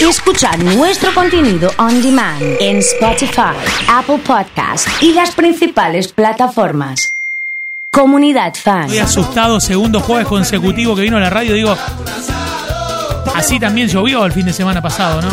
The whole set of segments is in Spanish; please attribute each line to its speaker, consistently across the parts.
Speaker 1: y escuchar nuestro contenido on demand en Spotify, Apple Podcast y las principales plataformas. Comunidad Fan.
Speaker 2: Estoy asustado, segundo jueves consecutivo que vino a la radio, digo. Así también llovió el fin de semana pasado, ¿no?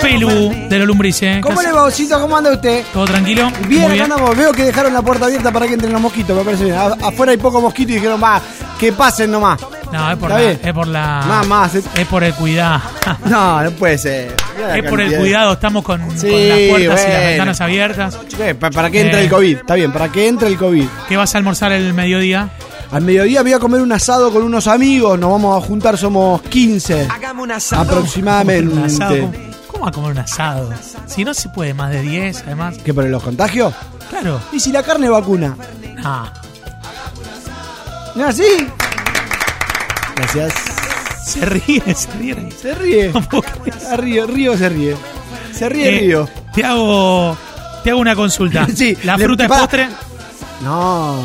Speaker 2: Pelu de la lumbrice.
Speaker 3: ¿Cómo le va, Osito? ¿Cómo anda usted?
Speaker 2: ¿Todo tranquilo?
Speaker 3: Bien,
Speaker 2: Muy
Speaker 3: acá andamos. Veo que dejaron la puerta abierta para que entren los mosquitos, me parece bien. A- afuera hay poco mosquito y dijeron, va, que pasen nomás.
Speaker 2: No, es por
Speaker 3: ¿Está
Speaker 2: la.
Speaker 3: bien?
Speaker 2: Es por la.
Speaker 3: Nada más, es-
Speaker 2: Es por el cuidado.
Speaker 3: No, no puede ser. Mirá la
Speaker 2: es por el
Speaker 3: cantidad de-
Speaker 2: cuidado, estamos con, con
Speaker 3: Sí,
Speaker 2: las puertas y las
Speaker 3: bueno.
Speaker 2: ventanas abiertas.
Speaker 3: Eh, pa- para que entre
Speaker 2: Eh.
Speaker 3: el COVID, está bien, para que entre el COVID.
Speaker 2: ¿Qué vas a almorzar el mediodía?
Speaker 3: Al mediodía voy a comer un asado con unos amigos, nos vamos a juntar, somos 15
Speaker 4: Hagamos un
Speaker 2: Un
Speaker 4: asado.
Speaker 2: asado, ¿cómo-
Speaker 3: aproximadamente.
Speaker 2: ¿Cómo va a comer un asado? Si no se puede más de 10, además.
Speaker 3: ¿Qué por los contagios?
Speaker 2: Claro.
Speaker 3: ¿Y si la carne vacuna?
Speaker 2: Ah,
Speaker 3: ¿No es así? Gracias.
Speaker 2: se ríe, se ríe.
Speaker 3: Se ríe.
Speaker 2: No puedo creer.
Speaker 3: Ah, Río, Río se ríe. Se ríe
Speaker 2: Eh,
Speaker 3: Río.
Speaker 2: Te hago, te hago una consulta.
Speaker 3: Sí,
Speaker 2: ¿La
Speaker 3: le-
Speaker 2: fruta es
Speaker 3: pa-
Speaker 2: postre?
Speaker 3: No.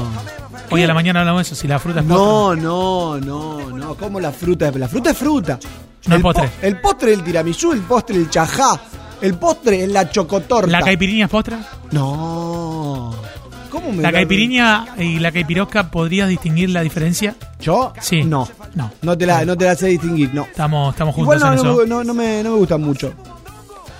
Speaker 2: Hoy a la mañana hablamos de eso, si la fruta es postre.
Speaker 3: No, no, no, no. ¿Cómo la fruta? es- La fruta es fruta.
Speaker 2: No
Speaker 3: el
Speaker 2: es postre.
Speaker 3: po- el postre es el tiramisú, el postre el chajá, el postre es la chocotorta.
Speaker 2: ¿La caipirinha es postre?
Speaker 3: No. ¿Cómo me
Speaker 2: ¿La
Speaker 3: lo-
Speaker 2: caipirinha y la caipirosca podrías distinguir la diferencia?
Speaker 3: ¿Yo?
Speaker 2: Sí.
Speaker 3: No.
Speaker 2: No.
Speaker 3: No te la, no te la sé distinguir, no.
Speaker 2: Estamos, estamos juntos
Speaker 3: Igual no,
Speaker 2: en
Speaker 3: no,
Speaker 2: eso.
Speaker 3: me- no- no me, no me gustan mucho.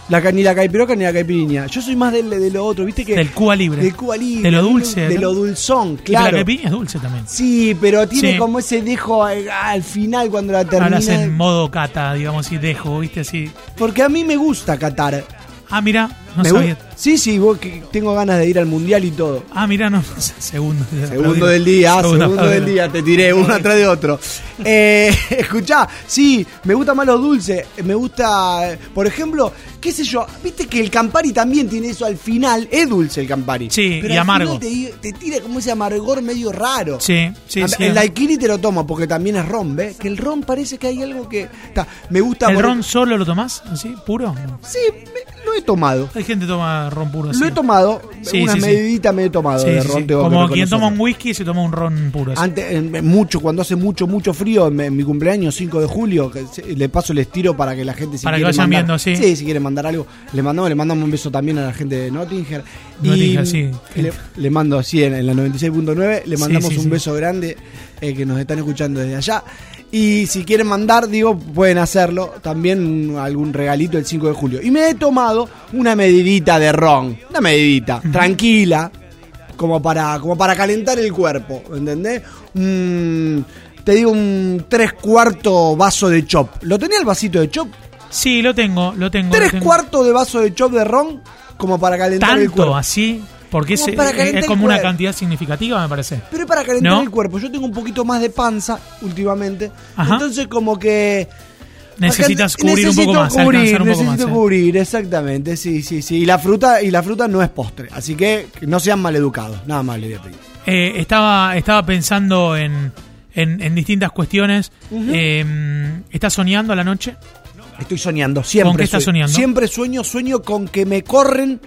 Speaker 3: La, ca- ni la caipiroca ni la caipirinha. Yo soy más del- de lo otro, ¿viste? que
Speaker 2: Del Cuba Libre.
Speaker 3: Del Cuba Libre.
Speaker 2: De lo dulce,
Speaker 3: De
Speaker 2: ¿no?
Speaker 3: lo dulzón,
Speaker 2: Y La
Speaker 3: claro.
Speaker 2: caipirinha es dulce también.
Speaker 3: Sí, pero tiene
Speaker 2: Sí. Ah,
Speaker 3: como ese dejo al, al final cuando la termina.
Speaker 2: Hablas en modo cata, digamos, y dejo, ¿viste? Así.
Speaker 3: Porque a mí me gusta Qatar.
Speaker 2: Ah, mira, no
Speaker 3: Me
Speaker 2: sabía.
Speaker 3: gu- Sí, sí, vos que tengo ganas de ir al mundial y todo.
Speaker 2: Ah, mira, no, no sé, segundo.
Speaker 3: Segundo del día, segundo, del día, te tiré uno atrás de otro. Eh, escuchá, sí, me gusta más los dulces, me gusta, eh, por ejemplo, qué sé yo, viste que el Campari también tiene eso al final, es dulce el Campari.
Speaker 2: Sí,
Speaker 3: Pero
Speaker 2: y
Speaker 3: al
Speaker 2: amargo.
Speaker 3: final Te, te tira como ese amargor medio raro.
Speaker 2: Sí, sí,
Speaker 3: Am-
Speaker 2: sí.
Speaker 3: El daiquiri te lo tomo porque también es ron, ¿ves? Que el ron parece que hay algo que... ta, me gusta...
Speaker 2: ¿El
Speaker 3: por-
Speaker 2: ron solo lo tomás? ¿Así? ¿Puro? No.
Speaker 3: Sí, me- lo he tomado.
Speaker 2: Hay gente que toma ron puro así.
Speaker 3: Lo he tomado,
Speaker 2: Sí,
Speaker 3: una
Speaker 2: sí, sí.
Speaker 3: medidita me he tomado
Speaker 2: Sí,
Speaker 3: de
Speaker 2: sí,
Speaker 3: ron.
Speaker 2: sí.
Speaker 3: tengo que
Speaker 2: Como quien
Speaker 3: reconocerlo.
Speaker 2: toma un whisky se toma un ron puro. así.
Speaker 3: Antes, en- en mucho, cuando hace mucho, mucho frío, en, en mi cumpleaños, 5 de julio, que se- le paso el estiro para que la gente si
Speaker 2: Para que
Speaker 3: quiere
Speaker 2: vayan viendo,
Speaker 3: mandar-
Speaker 2: sí.
Speaker 3: si quiere mandar algo, le mandamos, le mandamos un beso también a la gente de Nottinger. Y
Speaker 2: Nottinger, sí.
Speaker 3: Le, le mando así en, en la 96.9, le
Speaker 2: Sí,
Speaker 3: mandamos
Speaker 2: sí,
Speaker 3: un
Speaker 2: sí.
Speaker 3: beso grande eh, que nos están escuchando desde allá. Y si quieren mandar, digo, pueden hacerlo. También algún regalito el 5 de julio. Y me he tomado una medidita de ron. Una medidita. Tranquila como para, como para calentar el cuerpo, ¿entendés? Un- te digo un tres cuartos vaso de chop. ¿Lo tenía el vasito de chop?
Speaker 2: Sí, lo tengo, lo tengo. lo
Speaker 3: Tres
Speaker 2: tengo.
Speaker 3: cuartos de vaso de chop de ron como para calentar el
Speaker 2: Tanto
Speaker 3: cuerpo.
Speaker 2: así, porque es,
Speaker 3: Como para
Speaker 2: es-
Speaker 3: calentar
Speaker 2: es
Speaker 3: el
Speaker 2: como una
Speaker 3: cuerpo.
Speaker 2: cantidad significativa, me parece.
Speaker 3: Pero es para calentar
Speaker 2: ¿No?
Speaker 3: el cuerpo. Yo tengo un poquito más de panza últimamente.
Speaker 2: Ajá.
Speaker 3: Entonces como que...
Speaker 2: Necesitas
Speaker 3: Acá-
Speaker 2: cubrir un poco
Speaker 3: necesito
Speaker 2: más,
Speaker 3: cubrir,
Speaker 2: alcanzar un poco
Speaker 3: necesito
Speaker 2: más. eh.
Speaker 3: cubrir, exactamente. Sí, sí, sí. Y la fruta, y la fruta no es postre. Así que no sean maleducados. Nada más le voy a pedir.
Speaker 2: Eh, estaba, estaba pensando en, en, en distintas cuestiones. Eh, ¿Estás soñando a la noche?
Speaker 3: Estoy soñando, siempre.
Speaker 2: ¿Con qué estás
Speaker 3: sueño.
Speaker 2: soñando?
Speaker 3: Siempre sueño, sueño con que me corren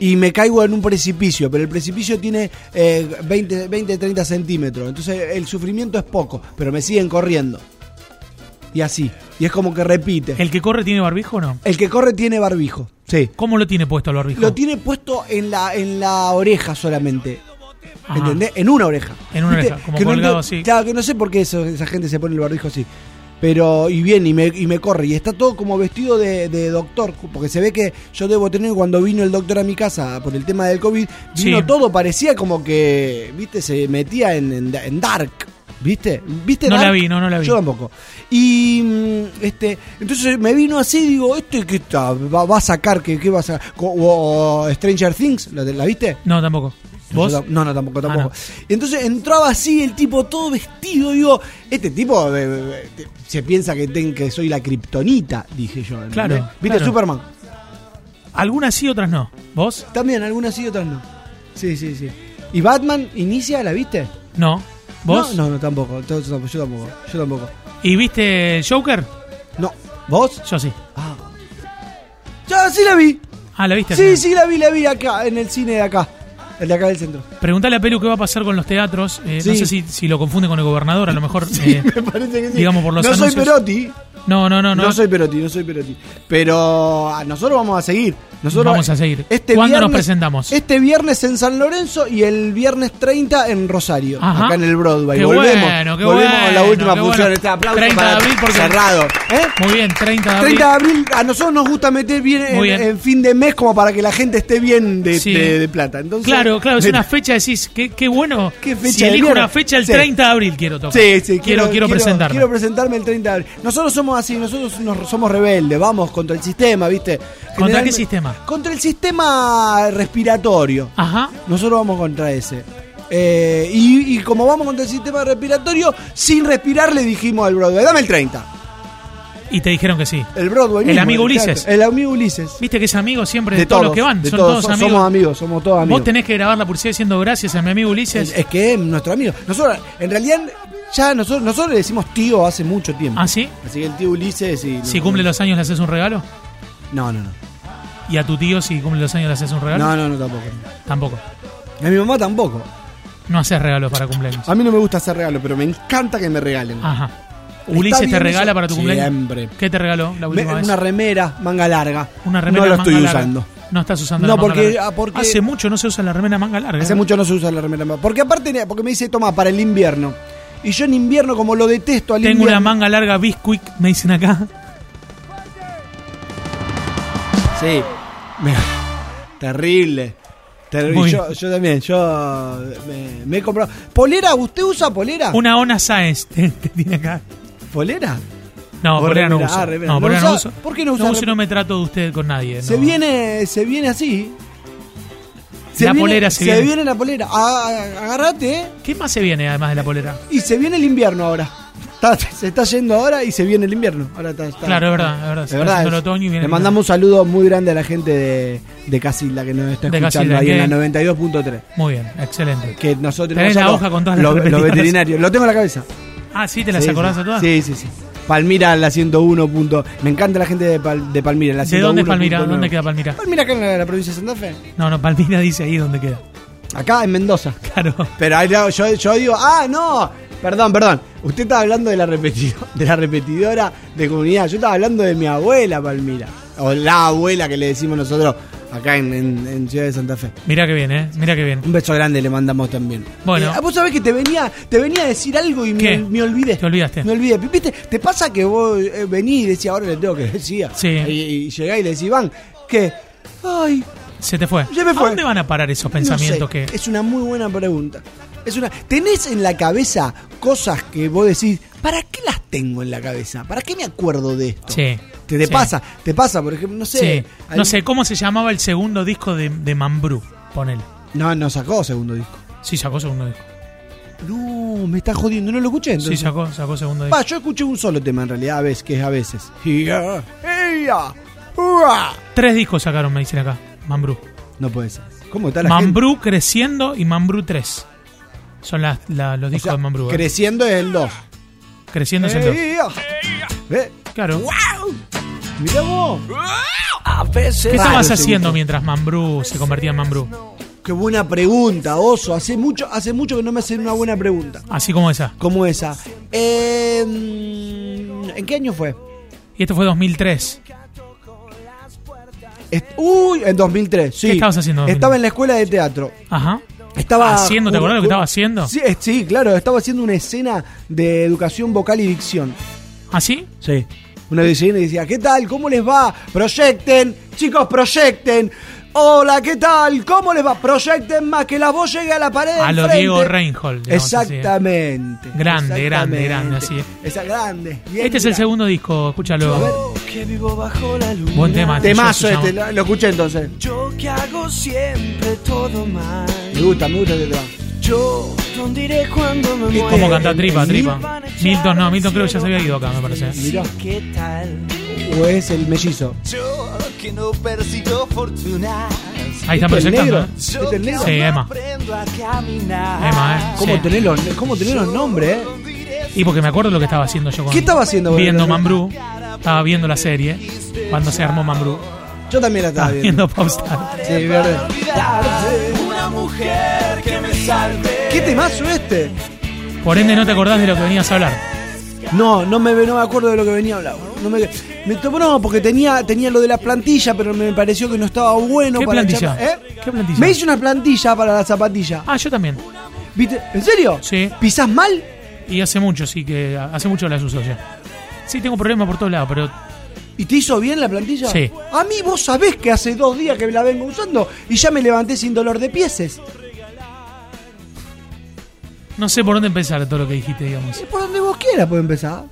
Speaker 3: y me caigo en un precipicio, pero el precipicio tiene eh, 20, 20, 30 centímetros, entonces el sufrimiento es poco, pero me siguen corriendo. Y así, y es como que repite. El,
Speaker 2: ¿El que corre tiene barbijo o no?
Speaker 3: que corre tiene barbijo, sí.
Speaker 2: ¿Cómo lo tiene puesto el barbijo?
Speaker 3: Lo tiene puesto en la, en la oreja solamente.
Speaker 2: Ajá.
Speaker 3: ¿Entendés? En una oreja.
Speaker 2: En una
Speaker 3: ¿Viste?
Speaker 2: oreja, como
Speaker 3: Que no
Speaker 2: colgado
Speaker 3: entiendo-
Speaker 2: así.
Speaker 3: Claro, que no sé por qué eso- esa gente se pone el barbijo así. Pero, y bien, y me, y me corre. Y está todo como vestido de, de doctor. Porque se ve que yo debo tener, cuando vino el doctor a mi casa por el tema del COVID, vino
Speaker 2: Sí.
Speaker 3: todo, parecía como que, viste, se metía en, en- en Dark. ¿Viste? ¿Viste
Speaker 2: No la
Speaker 3: Dark?
Speaker 2: vi, no, no la vi.
Speaker 3: Yo tampoco. Y mm, este, entonces me vino así, digo, ¿esto qué está? ¿Va, va a sacar? ¿Qué, qué va a sacar? Co- O, o Stranger Things, ¿la, la viste?
Speaker 2: No, tampoco. ¿Vos?
Speaker 3: Yo tam- No, no, tampoco,
Speaker 2: Ah,
Speaker 3: tampoco.
Speaker 2: no.
Speaker 3: Entonces entraba así el tipo todo vestido, digo, este tipo eh, eh, te- se piensa que, ten- que soy la kriptonita, dije yo. ¿entendés?
Speaker 2: Claro,
Speaker 3: ¿Viste
Speaker 2: claro.
Speaker 3: Superman?
Speaker 2: Algunas sí, otras no. ¿Vos?
Speaker 3: También, algunas sí, otras no. Sí, sí, sí. ¿Y Batman inicia? ¿La viste?
Speaker 2: No. ¿Vos?
Speaker 3: No, no, no, tampoco. Yo tampoco, yo tampoco. Yo tampoco.
Speaker 2: ¿Y viste Joker?
Speaker 3: No. ¿Vos?
Speaker 2: Yo sí.
Speaker 3: Ah. Ya, sí la vi.
Speaker 2: Ah, ¿la viste?
Speaker 3: Sí, sí, la vi, la vi acá, en el cine de acá. El de acá del centro.
Speaker 2: Preguntale a Pelu qué va a pasar con los teatros. Eh, No
Speaker 3: Sí.
Speaker 2: sé si, si lo confunde con el gobernador, a lo mejor. eh,
Speaker 3: Me parece que sí.
Speaker 2: digamos por los
Speaker 3: no soy
Speaker 2: anuncios.
Speaker 3: Perotti.
Speaker 2: no, no, no,
Speaker 3: No,
Speaker 2: no.
Speaker 3: soy Perotti, no soy Perotti. Pero ah, nosotros vamos a seguir. Nosotros
Speaker 2: Vamos a seguir. ¿Cuándo nos presentamos?
Speaker 3: Este viernes en San Lorenzo y el viernes 30 en Rosario,
Speaker 2: Ajá.
Speaker 3: acá en el Broadway.
Speaker 2: Qué
Speaker 3: volvemos
Speaker 2: bueno, qué
Speaker 3: volvemos con la
Speaker 2: bueno,
Speaker 3: última
Speaker 2: qué
Speaker 3: función.
Speaker 2: bueno.
Speaker 3: Este aplauso
Speaker 2: 30 de
Speaker 3: para
Speaker 2: abril porque-
Speaker 3: cerrado. ¿eh?
Speaker 2: Muy bien, 30 de abril.
Speaker 3: 30 de abril, a nosotros nos gusta meter bien en,
Speaker 2: Muy bien.
Speaker 3: en fin de mes como para que la gente esté bien de,
Speaker 2: Sí.
Speaker 3: de- de plata. Entonces,
Speaker 2: Claro, claro, es
Speaker 3: mira,
Speaker 2: una fecha, decís, qué, qué bueno.
Speaker 3: Qué fecha
Speaker 2: si
Speaker 3: de
Speaker 2: elijo
Speaker 3: mierda.
Speaker 2: una fecha, el
Speaker 3: Sí.
Speaker 2: 30 de abril quiero tocar.
Speaker 3: Sí, sí,
Speaker 2: quiero, quiero, presentarme.
Speaker 3: Quiero presentarme el 30 de abril. Nosotros somos así, nosotros nos- somos rebeldes, vamos contra el sistema, ¿viste?
Speaker 2: ¿Contra qué
Speaker 3: Generalme-
Speaker 2: sistema?
Speaker 3: Contra el sistema respiratorio.
Speaker 2: Ajá.
Speaker 3: Nosotros vamos contra ese. Eh, y, y como vamos contra el sistema respiratorio, sin respirar le dijimos al Broadway, dame el 30.
Speaker 2: Y te dijeron que sí.
Speaker 3: El Broadway.
Speaker 2: El
Speaker 3: mismo,
Speaker 2: amigo
Speaker 3: exacto.
Speaker 2: Ulises.
Speaker 3: El amigo Ulises.
Speaker 2: Viste que es amigo siempre de, todos, los que van.
Speaker 3: de
Speaker 2: Son todos,
Speaker 3: so-
Speaker 2: amigos.
Speaker 3: Somos amigos, somos todos amigos. Eh,
Speaker 2: Vos tenés que grabar la publicidad diciendo gracias a mi amigo Ulises.
Speaker 3: Es, es que es nuestro amigo. Nosotros, en realidad, ya nosotros, nosotros le decimos tío hace mucho tiempo.
Speaker 2: ¿Ah, sí?
Speaker 3: Así que el tío Ulises y.
Speaker 2: Si cumple los años le haces un regalo.
Speaker 3: No, no, no.
Speaker 2: Y a tu tío si cumple los años le haces un regalo.
Speaker 3: No, no, no, tampoco.
Speaker 2: Tampoco.
Speaker 3: Y A mi mamá tampoco.
Speaker 2: No haces regalos para cumpleaños.
Speaker 3: A mí no me gusta hacer regalos, pero me encanta que me regalen.
Speaker 2: Ajá.
Speaker 3: ¿Está
Speaker 2: Ulises
Speaker 3: bien
Speaker 2: te
Speaker 3: eso?
Speaker 2: regala para tu cumpleaños.
Speaker 3: Siempre.
Speaker 2: ¿Qué te regaló la
Speaker 3: Me-
Speaker 2: última vez?
Speaker 3: una remera, manga larga.
Speaker 2: Una remera
Speaker 3: No lo
Speaker 2: manga
Speaker 3: estoy
Speaker 2: larga. ¿Eh?
Speaker 3: usando.
Speaker 2: No estás usando
Speaker 3: No,
Speaker 2: la manga
Speaker 3: porque-
Speaker 2: larga.
Speaker 3: ah, porque-
Speaker 2: Hace mucho no se usa la remera manga larga.
Speaker 3: Hace mucho no se usa la remera. manga- Porque aparte, porque me dice, toma, para el invierno. Y yo en invierno, como lo detesto al
Speaker 2: Tengo una
Speaker 3: invierno.
Speaker 2: manga larga Bisquick, me dicen acá.
Speaker 3: Sí. Me- Terrible. Terrible.
Speaker 2: Muy-
Speaker 3: Yo, yo también, yo eh, me, me he comprado. ¿Polera? ¿Usted usa polera?
Speaker 2: Una Ona Saez te, te tiene acá.
Speaker 3: ¿Polera?
Speaker 2: No,
Speaker 3: O
Speaker 2: por no
Speaker 3: remera,
Speaker 2: uso.
Speaker 3: ah, remera.
Speaker 2: no,
Speaker 3: ¿No
Speaker 2: polera no
Speaker 3: usa?
Speaker 2: uso.
Speaker 3: ¿Por qué no usa
Speaker 2: uso y
Speaker 3: remera?
Speaker 2: no me trato de usted con nadie.
Speaker 3: Se
Speaker 2: no.
Speaker 3: viene, se viene así.
Speaker 2: La polera se viene.
Speaker 3: la polera. A- a- agárrate, eh.
Speaker 2: ¿Qué más se viene además de la polera?
Speaker 3: Y se viene el invierno ahora. Está- se está yendo ahora y se viene el invierno. Ahora está, está-
Speaker 2: Claro, es verdad, es verdad.
Speaker 3: Es
Speaker 2: Se está
Speaker 3: verdad,
Speaker 2: yendo el
Speaker 3: es-
Speaker 2: otoño y viene
Speaker 3: Le
Speaker 2: el
Speaker 3: mandamos un saludo muy grande a la gente de, de Casilda que nos está
Speaker 2: De
Speaker 3: escuchando
Speaker 2: Casilda,
Speaker 3: ahí en la
Speaker 2: que-
Speaker 3: 92.3.
Speaker 2: Muy bien, excelente.
Speaker 3: Que nosotros
Speaker 2: Tenés la
Speaker 3: nosotros-
Speaker 2: hoja con todas las
Speaker 3: los, los
Speaker 2: repetidas.
Speaker 3: veterinarios. Lo tengo en la cabeza.
Speaker 2: Ah, sí, te las
Speaker 3: Sí,
Speaker 2: acordás
Speaker 3: sí.
Speaker 2: a todas.
Speaker 3: Sí, sí, sí. Palmira, la 101. punto- Me encanta la gente de, Pal- de Palmira. La
Speaker 2: ¿De dónde es Palmira?
Speaker 3: 101.9.
Speaker 2: ¿Dónde queda Palmira?
Speaker 3: Palmira acá en la, la provincia de Santa Fe.
Speaker 2: No, no, Palmira dice ahí dónde queda.
Speaker 3: Acá en Mendoza.
Speaker 2: Claro.
Speaker 3: Pero ahí yo, yo- yo digo, ah, no, perdón, perdón. Usted estaba hablando de la, repetido- de la repetidora de comunidad. Yo estaba hablando de mi abuela Palmira. O la abuela que le decimos nosotros acá en, en- en Ciudad de Santa Fe.
Speaker 2: Mirá que bien, eh. Mirá que bien.
Speaker 3: Un beso grande le mandamos también.
Speaker 2: Bueno.
Speaker 3: Eh, vos sabés que te venía, te venía a decir algo y me,
Speaker 2: ¿Qué?
Speaker 3: me olvidé.
Speaker 2: Te olvidaste.
Speaker 3: Me olvidé. ¿Viste? ¿Te pasa que vos eh, venís y decís, ahora le tengo que decir?
Speaker 2: Sí.
Speaker 3: Y, y llegás y le decís, van, que, ay,
Speaker 2: Se te fue.
Speaker 3: Ya me
Speaker 2: ¿A
Speaker 3: fue.
Speaker 2: dónde van a parar esos
Speaker 3: no
Speaker 2: pensamientos
Speaker 3: sé,
Speaker 2: que.?
Speaker 3: Es una muy buena pregunta. Es una, ¿Tenés en la cabeza cosas que vos decís, ¿para qué las tengo en la cabeza? ¿Para qué me acuerdo de esto?
Speaker 2: Sí.
Speaker 3: ¿Te, te
Speaker 2: sí.
Speaker 3: pasa? ¿Te pasa? Por ejemplo, no sé.
Speaker 2: Sí. No
Speaker 3: al-
Speaker 2: sé, ¿cómo se llamaba el segundo disco de, de Mambrú? Ponele.
Speaker 3: No, no sacó segundo disco.
Speaker 2: Sí, sacó segundo disco.
Speaker 3: No, me está jodiendo, no lo escuché
Speaker 2: Sí,
Speaker 3: entonces.
Speaker 2: sacó, sacó segundo disco.
Speaker 3: Va, yo escuché un solo tema en realidad, a veces, que es a veces. Hiya, hiya, hua.
Speaker 2: Tres discos sacaron, me dicen acá. Mambrú.
Speaker 3: No puede ser. ¿Cómo está la gente?
Speaker 2: Mambrú creciendo y Mambrú 3. Son las, la- los
Speaker 3: O
Speaker 2: discos
Speaker 3: sea, Eh,
Speaker 2: de Mambrú. ¿eh?
Speaker 3: creciendo es el 2.
Speaker 2: Creciendo es el dos.
Speaker 3: ¿Eh?
Speaker 2: Claro.
Speaker 3: Mirá vos.
Speaker 2: ¿Qué estabas
Speaker 3: Raro ese
Speaker 2: haciendo
Speaker 3: disco.
Speaker 2: mientras Mambrú se convertía en Mambrú?
Speaker 3: Qué buena pregunta, oso. Hace mucho, hace mucho que no me hacen una buena pregunta.
Speaker 2: Así como esa.
Speaker 3: Como esa. Eh, mm, ¿En qué año fue?
Speaker 2: Y esto fue 2003.
Speaker 3: Est- Uy, en 2003, sí.
Speaker 2: ¿Qué estabas haciendo en 2003?
Speaker 3: Estaba en la escuela de teatro.
Speaker 2: Ajá.
Speaker 3: Estaba
Speaker 2: Haciendo, ¿te acordás lo que estaba haciendo?
Speaker 3: Sí, eh, sí, claro, estaba haciendo una escena de educación vocal y dicción.
Speaker 2: ¿Así?
Speaker 3: Sí. Una vecina y decía, ¿qué tal? ¿Cómo les va? Proyecten, chicos, proyecten. Hola, ¿qué tal? ¿Cómo les va? Proyecten más que la voz llegue a la pared.
Speaker 2: A lo
Speaker 3: enfrente".
Speaker 2: Diego Reinhold, digamos
Speaker 3: Exactamente.
Speaker 2: ¿eh? Grande, grande, grande, así es.
Speaker 3: Esa grande. bien,
Speaker 2: Este es el
Speaker 3: mira.
Speaker 2: segundo disco,
Speaker 3: A ver.
Speaker 2: escúchalo. Buen tema.
Speaker 3: Temazo
Speaker 2: Yo se
Speaker 3: este,
Speaker 2: llama.
Speaker 3: lo, lo escuché entonces.
Speaker 4: Yo que hago siempre todo mal.
Speaker 3: Me gusta, me gusta este tema.
Speaker 4: Yo dónde iré cuando me
Speaker 3: ¿Qué-
Speaker 4: muera.
Speaker 2: ¿Cómo canta Tripa,
Speaker 3: Mil-
Speaker 2: Tripa? Milton, no, Milton creo que ya se había ido acá, me parece.
Speaker 3: Mirá.
Speaker 4: ¿Qué tal?
Speaker 3: O es el mellizo.
Speaker 4: Yo que no persigo fortunas.
Speaker 2: Ahí están
Speaker 3: ¿Este el
Speaker 2: proyectando.
Speaker 3: negro?
Speaker 2: ¿eh?
Speaker 4: Yo
Speaker 3: ¿Este el
Speaker 4: que
Speaker 3: negro?
Speaker 2: Sí, Emma.
Speaker 4: aprendo a caminar.
Speaker 2: Emma, ¿eh?
Speaker 3: ¿Cómo,
Speaker 2: Sí.
Speaker 3: tenés los, cómo tenés los nombres, eh?
Speaker 2: Y porque me acuerdo lo que estaba haciendo yo con
Speaker 3: ¿Qué estaba haciendo? vos?
Speaker 2: Viendo Mambrú. Estaba viendo la serie cuando se armó Mambrú.
Speaker 3: Yo también la estaba
Speaker 2: Estaba
Speaker 3: viendo.
Speaker 2: viendo Popstar.
Speaker 3: Sí, verde.
Speaker 4: Olvidarte. Una una mujer que me salve.
Speaker 3: ¿Qué temazo este?
Speaker 2: Por ende, no te acordás de lo que venías a hablar.
Speaker 3: No, no me, no me acuerdo de lo que venía hablando. No me, me tomó, no, porque tenía, tenía lo de la plantilla, pero me pareció que no estaba bueno
Speaker 2: ¿Qué
Speaker 3: para
Speaker 2: plantilla?
Speaker 3: echar- ¿eh?
Speaker 2: ¿Qué plantilla?
Speaker 3: Me hice una plantilla para la zapatilla.
Speaker 2: Ah, yo también.
Speaker 3: ¿Viste? ¿En serio?
Speaker 2: Sí.
Speaker 3: ¿Pisás mal?
Speaker 2: Y hace mucho, sí, que hace mucho las uso ya. Sí, tengo problemas por todos lados, pero
Speaker 3: ¿Y te hizo bien la plantilla?
Speaker 2: Sí.
Speaker 3: A mí vos sabés que hace dos días que la vengo usando y ya me levanté sin dolor de pieses.
Speaker 2: no sé por dónde empezar de todo lo que dijiste, digamos.
Speaker 3: Es por donde vos quieras puede empezar.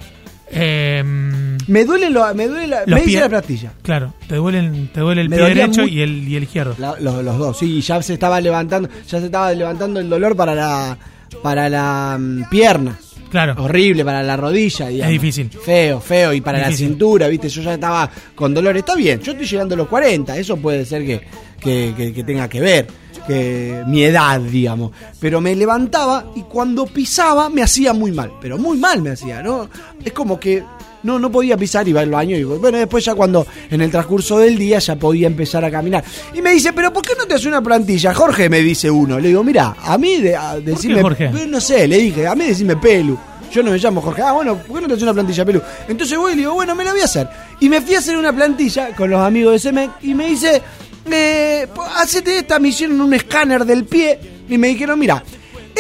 Speaker 2: Em,
Speaker 3: Me duele, lo, me duele la,
Speaker 2: Los
Speaker 3: me hice
Speaker 2: pies.
Speaker 3: la plantilla.
Speaker 2: claro, te duelen, te duele el
Speaker 3: Me
Speaker 2: pie
Speaker 3: dolía
Speaker 2: derecho
Speaker 3: muy-
Speaker 2: y el, y el izquierdo.
Speaker 3: La- los, los dos, sí, ya se estaba levantando, ya se estaba levantando el dolor para la para la mm, pierna.
Speaker 2: Claro.
Speaker 3: Horrible para la rodilla, digamos.
Speaker 2: difícil.
Speaker 3: Feo, feo. Y para
Speaker 2: Difícil.
Speaker 3: la cintura, viste, yo ya estaba con dolor. Está bien, yo estoy llegando a los 40, eso puede ser que, que, que- que tenga que ver. Que, mi edad, digamos. Pero me levantaba y cuando pisaba me hacía muy mal. Pero muy mal me hacía, ¿no? Es como que no, no podía pisar, iba al baño y bueno, después ya cuando en el transcurso del día ya podía empezar a caminar. Y me dice, pero ¿por qué no te haces una plantilla? Jorge me dice uno. Le digo, mira, a mí de, a- decirme-
Speaker 2: Jorge?
Speaker 3: pero no sé, le dije, a mí decime Pelu. Yo no me llamo Jorge. Ah, bueno, ¿por qué no te haces una plantilla, Pelu? Entonces voy y le digo, bueno, me la voy a hacer. Y me fui a hacer una plantilla con los amigos de Semen y me dice, eh, po- hacete esta, me hicieron un escáner del pie y me dijeron, mira,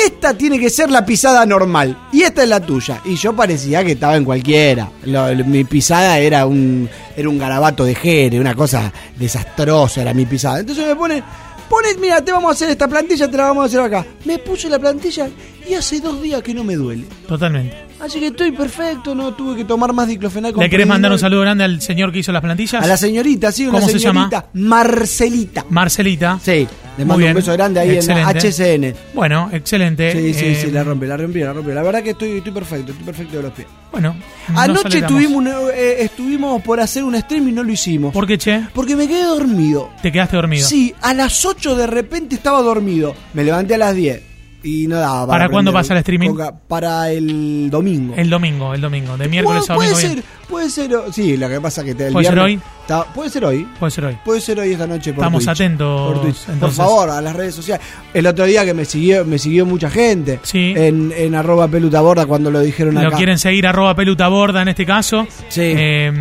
Speaker 3: esta tiene que ser la pisada normal y esta es la tuya. Y yo parecía que estaba en cualquiera. Lo- lo- mi pisada era un, era un garabato de jere, una cosa desastrosa era mi pisada. Entonces me pone... Pones, mira, te vamos a hacer esta plantilla, te la vamos a hacer acá. Me puse la plantilla y hace dos días que no me duele.
Speaker 2: Totalmente.
Speaker 3: Así que estoy perfecto, no tuve que tomar más diclofenaco.
Speaker 2: ¿Le querés mandar un saludo grande al señor que hizo las plantillas?
Speaker 3: A la señorita, sí, una
Speaker 2: ¿Cómo se llama?
Speaker 3: señorita. Marcelita.
Speaker 2: Marcelita.
Speaker 3: Sí, le
Speaker 2: Muy
Speaker 3: mando
Speaker 2: bien.
Speaker 3: un beso grande ahí
Speaker 2: Excelente.
Speaker 3: en la HCN.
Speaker 2: Bueno, excelente.
Speaker 3: Sí, sí,
Speaker 2: Eh,
Speaker 3: sí, la rompe, la rompió, la rompió. La verdad que estoy, estoy perfecto, estoy perfecto de los pies.
Speaker 2: Bueno. nos
Speaker 3: Anoche
Speaker 2: alegramos.
Speaker 3: tuvimos, un- eh, estuvimos por hacer un stream y no lo hicimos.
Speaker 2: ¿Por qué, che?
Speaker 3: Porque me quedé dormido.
Speaker 2: Te quedaste dormido.
Speaker 3: Sí, a las 8 de repente estaba dormido. Me levanté a las 10 y no daba.
Speaker 2: ¿Para cuándo
Speaker 3: prender
Speaker 2: pasa el streaming?
Speaker 3: coca. para el domingo.
Speaker 2: El domingo, el domingo. De
Speaker 3: Bueno,
Speaker 2: miércoles a
Speaker 3: puede
Speaker 2: domingo.
Speaker 3: ser,
Speaker 2: bien.
Speaker 3: puede ser. o- Sí, lo que pasa que te- el
Speaker 2: ¿Puede ser
Speaker 3: viernes-
Speaker 2: hoy?
Speaker 3: está- puede ser hoy.
Speaker 2: Puede ser hoy.
Speaker 3: Puede ser hoy esta noche por
Speaker 2: Estamos
Speaker 3: Twitch.
Speaker 2: atentos,
Speaker 3: Por, Twitch. Por
Speaker 2: entonces.
Speaker 3: favor, a las redes sociales. El otro día que me siguió, me siguió mucha gente
Speaker 2: Sí.
Speaker 3: en, en arroba pelutaborda cuando lo dijeron
Speaker 2: Lo
Speaker 3: acá.
Speaker 2: quieren seguir, arroba pelutaborda en este caso.
Speaker 3: Sí.
Speaker 2: Eh,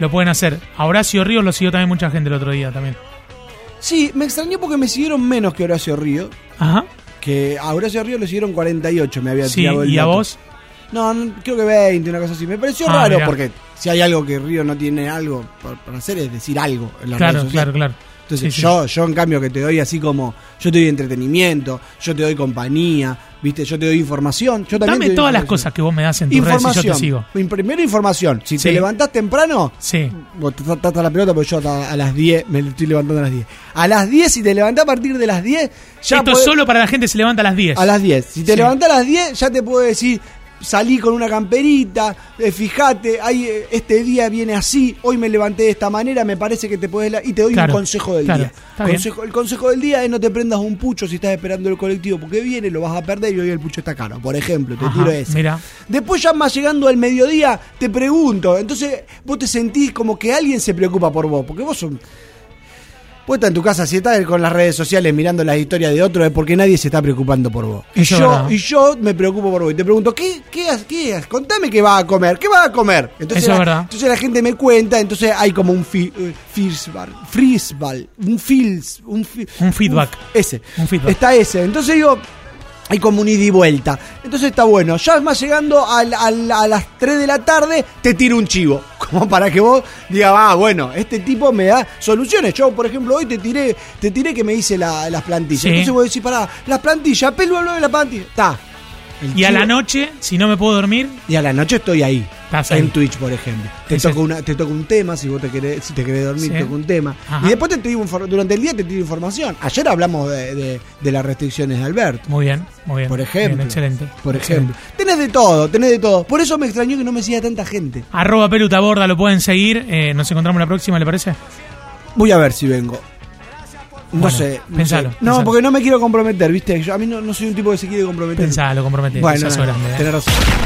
Speaker 2: lo pueden hacer. A Horacio Ríos lo siguió también mucha gente el otro día también.
Speaker 3: Sí, me extrañó porque me siguieron menos que Horacio Río.
Speaker 2: Ajá.
Speaker 3: Que a Horacio Río lo siguieron 48, me había
Speaker 2: Sí,
Speaker 3: tirado el
Speaker 2: ¿y a
Speaker 3: dato.
Speaker 2: vos?
Speaker 3: No, no, creo que 20, una cosa así. Me pareció
Speaker 2: Ah,
Speaker 3: raro
Speaker 2: mirá.
Speaker 3: porque si hay algo que Río no tiene algo pa- para hacer es decir algo en las
Speaker 2: Claro,
Speaker 3: redes sociales.
Speaker 2: claro, claro.
Speaker 3: Entonces
Speaker 2: Sí, sí.
Speaker 3: yo, yo en cambio que te doy así como, yo te doy entretenimiento, yo te doy compañía, viste, yo te doy información, yo también
Speaker 2: Dame
Speaker 3: te doy
Speaker 2: todas las cosas
Speaker 3: información.
Speaker 2: que vos me das en tus redes y yo te sigo.
Speaker 3: Información. Mi Primero información. Si
Speaker 2: Sí.
Speaker 3: te levantás temprano,
Speaker 2: Sí.
Speaker 3: vos te tratás la pelota porque yo a, a las 10 me estoy levantando a las 10. A las 10, si te levantás a partir de las 10, ya
Speaker 2: Esto
Speaker 3: podés-
Speaker 2: es solo para la gente que se levanta a las 10.
Speaker 3: a las 10. Si te
Speaker 2: Sí.
Speaker 3: levantás a las 10, ya te puedo decir, salí con una camperita, eh, fíjate, ahí, eh, este día viene así, hoy me levanté de esta manera, me parece que te puedes... la- Y te doy
Speaker 2: Claro,
Speaker 3: un consejo del
Speaker 2: claro,
Speaker 3: día.
Speaker 2: está bien.
Speaker 3: Consejo, el consejo del día es no te prendas un pucho si estás esperando el colectivo, porque viene, lo vas a perder y hoy el pucho está caro. Por ejemplo, te
Speaker 2: Ajá,
Speaker 3: tiro ese.
Speaker 2: mirá.
Speaker 3: Después ya más llegando al mediodía, te pregunto. Entonces vos te sentís como que alguien se preocupa por vos, porque vos son... Vos estás en tu casa, si estás con las redes sociales mirando las historias de otro, es porque nadie se está preocupando por vos. Y
Speaker 2: Eso es
Speaker 3: yo,
Speaker 2: verdad.
Speaker 3: y yo me preocupo por vos. Y te pregunto, ¿qué, qué, has- qué has? Contame qué vas a comer. ¿Qué vas a comer? Entonces,
Speaker 2: Eso es
Speaker 3: la,
Speaker 2: verdad.
Speaker 3: entonces la gente me cuenta, entonces hay como un fi, eh, feedback, feedback, un, feels, un, fi-
Speaker 2: Un feedback.
Speaker 3: ese.
Speaker 2: Un feedback.
Speaker 3: Está ese. Entonces digo, hay como un ida y vuelta. Entonces está bueno. Ya más llegando al- al- a las 3 de la tarde, te tiro un chivo. Como para que vos digas, ah, bueno, este tipo me da soluciones. Yo, por ejemplo, hoy te tiré, te tiré que me hice la- las plantillas.
Speaker 2: Sí.
Speaker 3: Entonces vos decís, pará, las plantillas, pelo habló de la plantilla. Está. El
Speaker 2: Y a
Speaker 3: chivo-
Speaker 2: la noche, si no me puedo dormir,
Speaker 3: Y a la noche estoy ahí.
Speaker 2: Estás ahí.
Speaker 3: en Twitch, por ejemplo. Te
Speaker 2: Ese-
Speaker 3: toco, una, te toco un tema, si vos te querés, si te querés dormir,
Speaker 2: Sí.
Speaker 3: te toco un tema.
Speaker 2: Ajá.
Speaker 3: Y después te tiro infor- durante el día te tiro información. Ayer hablamos de, de- de las restricciones de Alberto.
Speaker 2: muy bien, muy bien.
Speaker 3: Por ejemplo.
Speaker 2: Bien, excelente.
Speaker 3: Por
Speaker 2: Excelente.
Speaker 3: ejemplo. Tenés de todo, tenés de todo. Por eso me extrañó que no me siga tanta gente.
Speaker 2: Arroba pelutaborda, lo pueden seguir. Eh, nos encontramos la próxima, ¿le parece?
Speaker 3: Voy a ver si vengo. No
Speaker 2: Bueno,
Speaker 3: sé. No,
Speaker 2: pensalo,
Speaker 3: sé. No,
Speaker 2: pensalo.
Speaker 3: porque no me quiero comprometer, ¿viste? Yo, a mí no, no soy un tipo que se quiere comprometer.
Speaker 2: Pensá, lo comprometés.
Speaker 3: Bueno,
Speaker 2: sos
Speaker 3: no, no,
Speaker 2: grande, eh.
Speaker 3: tenés razón.